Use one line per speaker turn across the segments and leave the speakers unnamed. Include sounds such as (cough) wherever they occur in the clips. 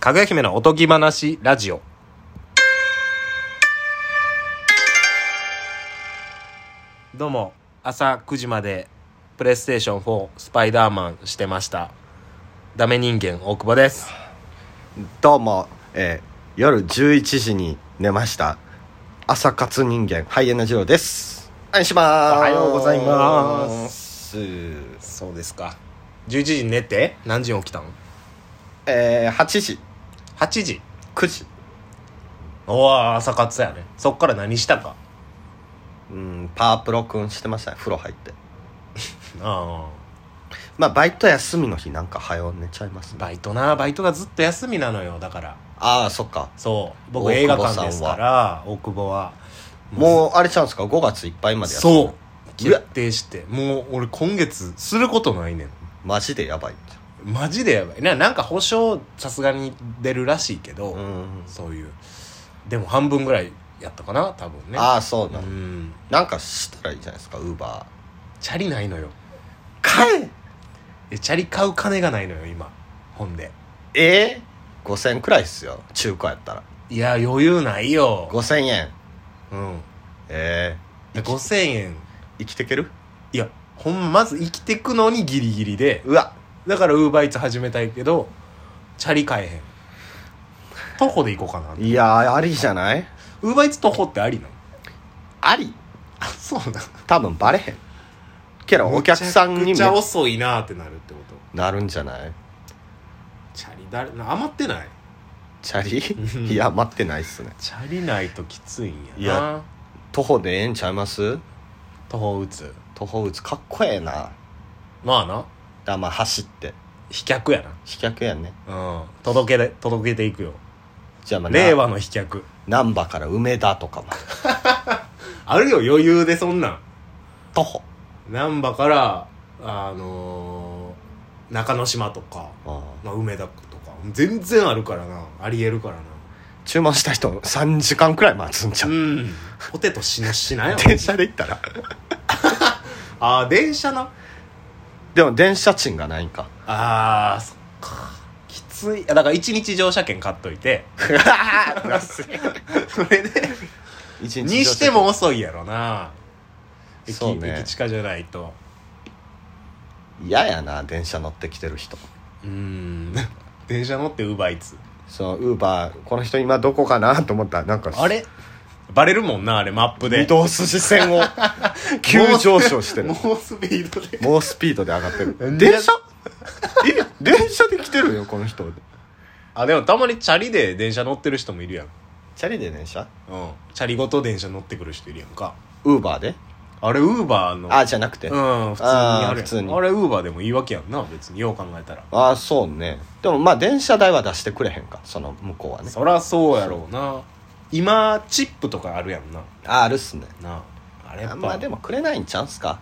かぐや姫のおとぎ話ラジオ。どうも、朝9時まで、プレイステーション4スパイダーマンしてました。ダメ人間、大久保です。
どうも、えー夜11時に寝ました朝活人間ハイエナジロですお願いします
おはようございますそうですか。11時に寝て、何時に起きたの
えー8時
?8 時。
9時
おお、朝活やね。そっから何したか。
うんパープロくんしてましたね風呂入って
ああ。
まあバイト休みの日なんか早う寝ちゃいますね
バイトなバイトがずっと休みなのよだから
ああそっか
そう僕
大
映
久
画
保さんは
館ですから大久保は
もうあれちゃうんですか5月いっぱいまでやってる
そう決定してもう俺今月することないねん
マジでやばいって
マジでやばいななんか保証さすがに出るらしいけど、
うん
そういうでも半分ぐらいやったかな多分ね
ああそう
う
なん、
ん
なんかしたらいいじゃないですかウーバー
チャリないのよ
買
えチャリ買う金がないのよ今ほんで
ええー、5000くらいっすよ中古やったら
いや余裕ないよ
5000円
うん
ええ
5000円
生きてける
いやほんまず生きてくのにギリギリで
うわ
だからウーバーイーツ始めたいけどチャリ買えへん徒歩で行こうかない
やーありじゃない
ウーバーイーツ徒歩ってありなの
あり
あそうな
多分バレへんけど
の
お客さんに
めちゃくちゃ
め
遅いなーってなるってこと
なるんじゃない
チャリだれ余ってない
チャ
うん
(laughs) リいや待ってないっすね
チャリないときついんやない
や徒歩でええんちゃいます
徒歩打つ
徒歩打つかっこええな
まあな
あまあ走って
飛脚や
飛脚やんね
なうん届けで届けていくよ
じゃあまあ
令和の飛脚
難波から梅田とかも
あるよ余裕でそんなん
徒歩
難波からあのー中之島とか
ああ
まあ、梅田区とか全然あるからなありえるからな
注文した人3時間くらい待つんちゃ
う
うん
ポテトしなしなよ
電車で行ったら
ああ電車な
でも電車賃がないんか
あーそっかきついあだから一日乗車券買っとい (laughs) てそれで
一日乗車
にしても遅いやろな駅,、
そうね
駅近じゃないと
嫌やな電車乗ってきてる人
うん (laughs) 電車乗ってウーバーイーツ
そのウーバーこの人今どこかなと思ったらなんか
あれバレるもんなあれマップで
移動筋線
(laughs)
を急上昇して
も
る
うスピードで
もうスピードで上がってる
電
電車え電車で来てるよこの人
あでもたまにチャリで電車乗ってる人もいるやん
チャリで電車
うんチャリごと電車乗ってくる人いるやんか
ウーバーで
あれウーバーの
あじゃなくて、
うん普通にあ
あー
るやん
普通に
あれウーバーでもいいわけやんな別によう考えたら、
ああそうねでもまあ電車代は出してくれへんかその向こうはね
そらそうやろうな今チップとかあるやんな
ああるっすね
なああれやっ
あ
ぱ
んまでもくれないんちゃうんすか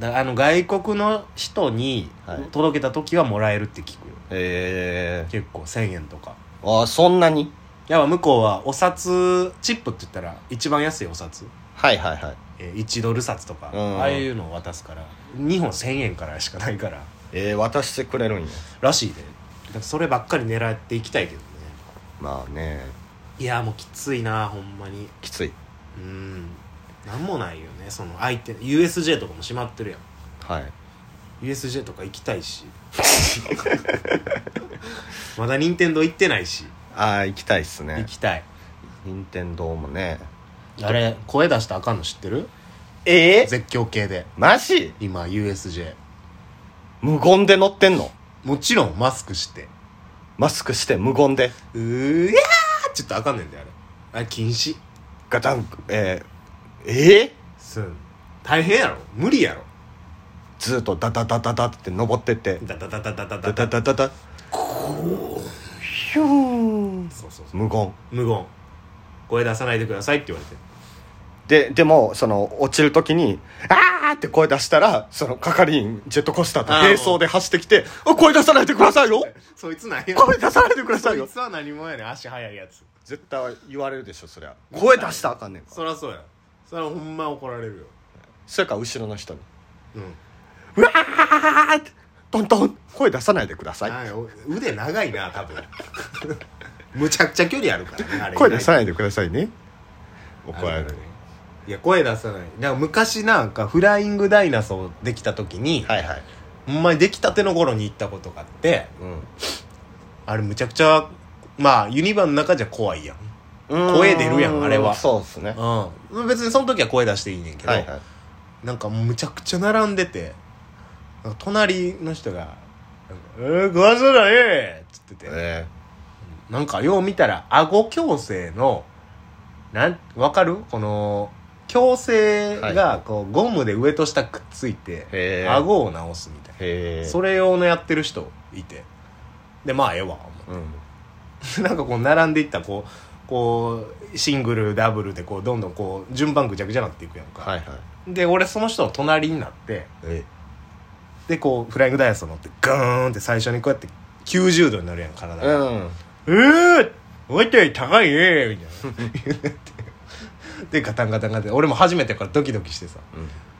だあの外国の人に
はい
届けた時はもらえるって聞くよ
ええ
結構1000円とか
ああそんなに
やっぱ向こうはお札チップって言ったら一番安いお札、
はいはいはい
えー1ドル札とか、
うん
ああいうのを渡すから2本1000円からしかないから
ええ渡してくれるんや
らしいでだからそればっかり狙っていきたいけどね
まあね
いやもうきついなほんまに
きつい
うんなんもないよねその相手 USJ とかも閉まってるやん
はい
USJ とか行きたいし (laughs) まだ任天堂行ってないし
ああ行きたいっす
行
ね
きたい
任天堂もね
あれ声出したらあかんの知ってる
え
絶叫系で
マジ
今 USJ
無言で乗ってんの
もちろんマスクして
マスクして無言で
うーやーちょっとあかんねんであれあれ禁止
ガタンクえー、えー、
すん大変やろ無理やろ
ずっとダダダダダって登ってって
ダダダダダダダ
ダダ
ダ
ダダダヒューン
そうそうそう
無言
無言声出さないでくださいって言われて
ででもその落ちる時に「あー!」って声出したらその係員ジェットコースターと
あー
並走で走ってきて「あ声出さないでくださいよ
そいつなんや
声出さないでください
(laughs) そ
よ
いつは何もやねん足早いやつ」
絶対言われるでしょそりゃ声出したらあかんねんから
そりゃそうやそれはほんま怒られるよ
それか後ろの人に
うん
うわーってトントン声出さないでください、
あお腕長いな多分 (laughs) むちゃくちゃ距離あるからねあれ
声出さないでくださいね怒
あ
られ
る
る
いや声出さないなんか昔なんかフライングダイナソーできた時に、
はいはい、
ほんまにできたての頃に行ったことがあって
うん
あれむちゃくちゃまあユニバの中じゃ怖いやん声出るやんあれは
そうですね
うん別にその時は声出していいねんけど、
はいはい
なんかむちゃくちゃ並んでてなんか隣の人が「えー、食わせない!」っつってて、
え
なんかよう見たら顎矯正のなんわかるこの矯正
はい
がこうゴムで上と下くっついて、
へー
顎を直すみたい
ー、へ
な
え
それ用のやってる人いてでまあええわ (laughs) 思って
うん
なんかこう並んでいったらこうこうシングルダブルでこうどんどんこう順番ぐちゃぐちゃなっていくやんか、
はいはい
で俺その人の隣になって
え
でこうフライングダイヤスを乗ってガーンって最初にこうやって90度になるやん体が、
うん
えー、おいて高いねみたいな言ってでガタンガタンガタン俺も初めてやからドキドキしてさ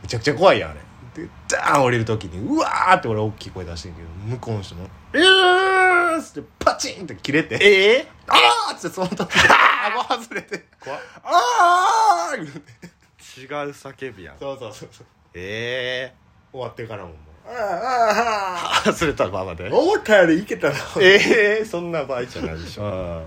めちゃくちゃ怖いやんあれでダーン降りる時にうわーって俺大きい声出してんけど向こうの人の「えー!」っつってパチンって切れて「ええあー!」っつってその時 (laughs) 顎外れて
怖っ
「あー!」
違う叫びやん
そうそうそうそう
ええ
終わってからももう「あーあ
ー、忘れたままで
(laughs) ーあー思ったよりいけたな」
ええー、そんな場合じゃないでしょ
あー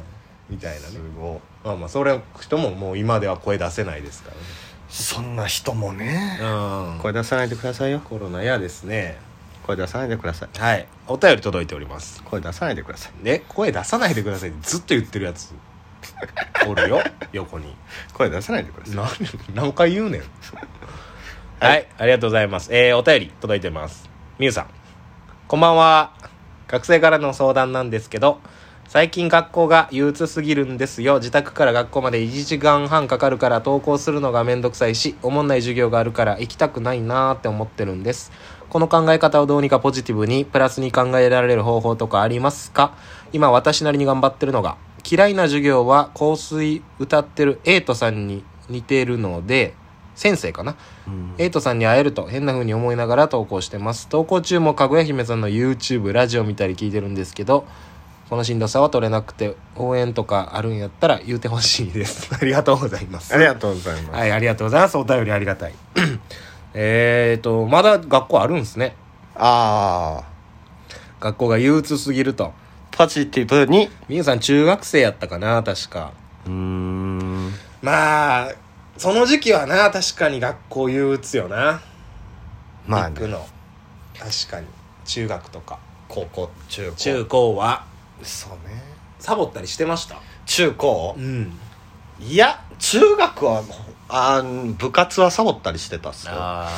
みたいな
す
ね
ごい
まあまあそれ人ももう今では声出せないですからね
そんな人もね
うん
声出さないでくださいよ
コロナ嫌ですね
声出さないでください
はいお便り届いております
声出さないでください
ね声出さないでくださいってずっと言ってるやつお
(laughs)
るよ横に
声出さないでください
何何回言うねん
はい
はい、ありがとうございますえー、お便り届いてますみゆさんこんばんは学生からの相談なんですけど最近学校が憂鬱すぎるんですよ自宅から学校まで1時間半かかるから登校するのがめんどくさいしおもんない授業があるから行きたくないなーって思ってるんですこの考え方をどうにかポジティブにプラスに考えられる方法とかありますか今私なりに頑張ってるのが嫌いな授業は香水歌ってるエイトさんに似てるので先生かな
うん
エイトさんに会えると変な風に思いながら投稿してます投稿中もかぐや姫さんの YouTube ラジオ見たり聞いてるんですけどこのしんどさは取れなくて応援とかあるんやったら言うてほしいです (laughs) ありがとうございます
ありがとうございま
(laughs)
す、
はいありがとうございますお便りありがたい (coughs) えーとまだ学校あるんですね
ああ
学校が憂鬱すぎると
ポジティブに
みゆさん中学生やったかな確か
うーん
まあその時期はな確かに学校憂鬱よな
まあ、
行く
ね、
の確かに中学とか
高校中高
中高は
そうね
サボったりしてました
中高
ん
いや中学はあー部活はサボったりしてたっすよ
あ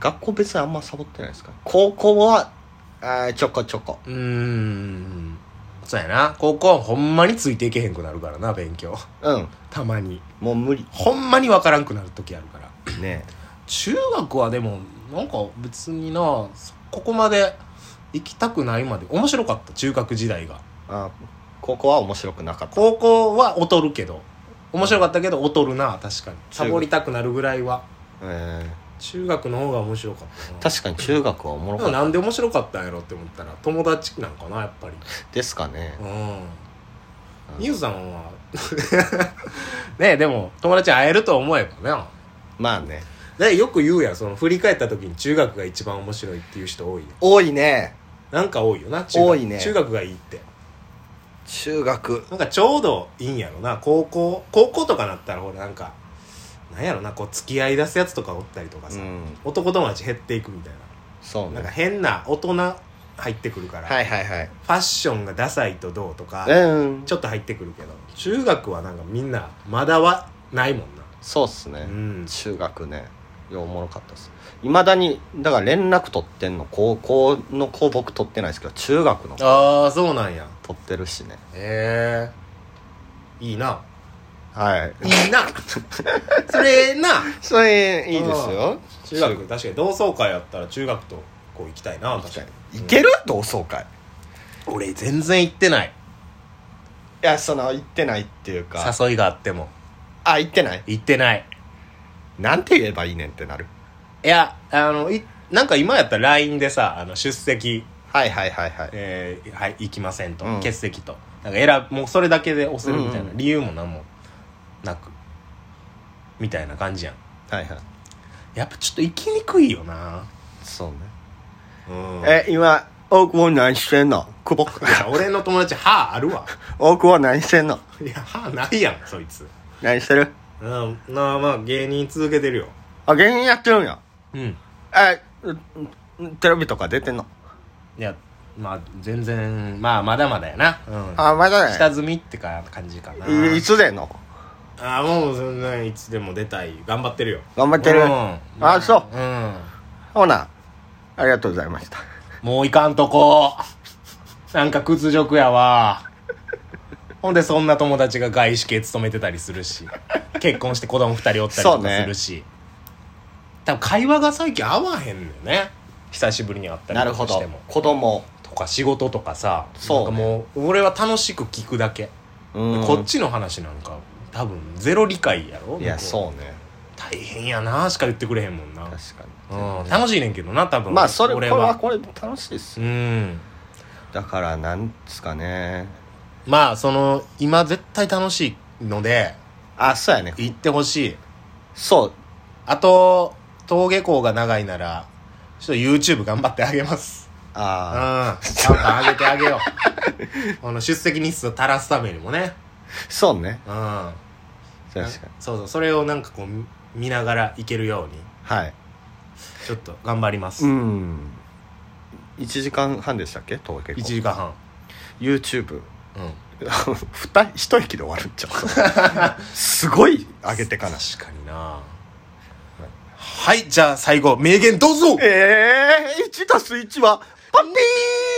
学校別にあんまサボってないですか高校はあーちょこちょこ
うーんそうやな高校はほんまについていけへんくなるからな勉強
うん
たまに
もう無理
ほんまにわからんくなる時あるから
ね
中学はでもなんか別になそここまで行きたくないまで面白かった中学時代が
あー高校は面白くなかった
高校は劣るけど面白かったけど劣るな確かにサボりたくなるぐらいは
えー
中学の方が面白かったな
確かに中学はおもろ
で
か
も
った
なんで面白かったんやろって思ったら友達なんかなやっぱり
ですかね
うんミュウさんは (laughs) ねえでも友達に会えると思えばね
まあね
でよく言うやんその振り返った時に中学が一番面白いっていう人多いよ
多いね
なんか多いよな中学
多いね
中学がいいって
中学
なんかちょうどいいんやろな高校高校とかなったらほらなんかなんやろなこう付き合い出すやつとかおったりとか
う
さ、
ん
男友達減っていくみたい
そう
ななんか
ね
変な大人入ってくるから、
はいはいはい
ファッションがダサいとどうとか、
うん
ちょっと入ってくるけど中学はなんかみんなまだはないもんな
そうっすね
うん
中学ねいやおもろかったですいまだにだから連絡取ってんの高校の子僕取ってないですけど中学の子
ああそうなんや
取ってるしね
へえいいな
はい
いいな (laughs) それな
(laughs) それ
いいですよ中学
行
確かに同窓会やったら中学とこう行きたいな確かに
いける同窓会い
俺全然行ってない
やその行ってないっていうか
誘いがあっても
あ行ってない
行ってない
なんて言えばいいねんってなる
いやあのいなんか今やったら LINE でさあの出席
はいはいはいはい、
えーはい、行きませんと、
うん
欠席となんか選ぶもうそれだけで押せるみたいな、
うんうん
理由も何もなくみたいな感じやん
はいはい
やっぱちょっと行きにくいよな
そうね
うん
え今大久保何してんの久 (laughs) 保
いや俺の友達歯ある (laughs) わ
大久保何してんの
いや歯ないやんそいつ
何してる
うんまあまあ芸人続けてるよ
あ芸人やってるんや
うん
えうんテレビとか出てんの
いやまあ全然まあまだまだやな、うん、
あまだ
下
ね
積みってか感じかない
いつ出んの
あもう全然いつでも出たい頑張ってるよ
頑張ってる
うん、
あそう
うん、
ほなありがとうございました
もういかんとこなんか屈辱やわほんでそんな友達が外資系勤めてたりするし結婚して子供二人おったりと
そう
か
ね
するし、多分会話が最近合わへんのよね久しぶりに会ったりとかしても
子供
とか仕事とかさ
そう
なんかもう俺は楽しく聞くだけ、
うん
こっちの話なんか多分ゼロ理解やろ
いや
向こ
そうね
大変やなしか言ってくれへんもんな
確か
うん、楽しいねんけどな多
に
分
まあそれこ
俺
れ
は
はこれ楽しいっす
うん
だからなんですかね
まあその今絶対楽しいので
あそうやね
行ってほしい
そう
あと登下校が長いならちょっと YouTube 頑張ってあげますうん
あ
頑張ってあげてあげよう (laughs) この出席日数を垂らすためにもね
あそうね
うんな
確かに
そうそうそれをなんかこう見見ながら行けるように
はい
ちょっと頑張ります、
うん1時間半でしたっけ東京
1時間半
YouTube
うん
(laughs) ふた一息で終わるんちゃう (laughs) すごい上げてかな
確かになはいじゃあ最後名言どうぞ
(laughs) ええー、1たす1はパピー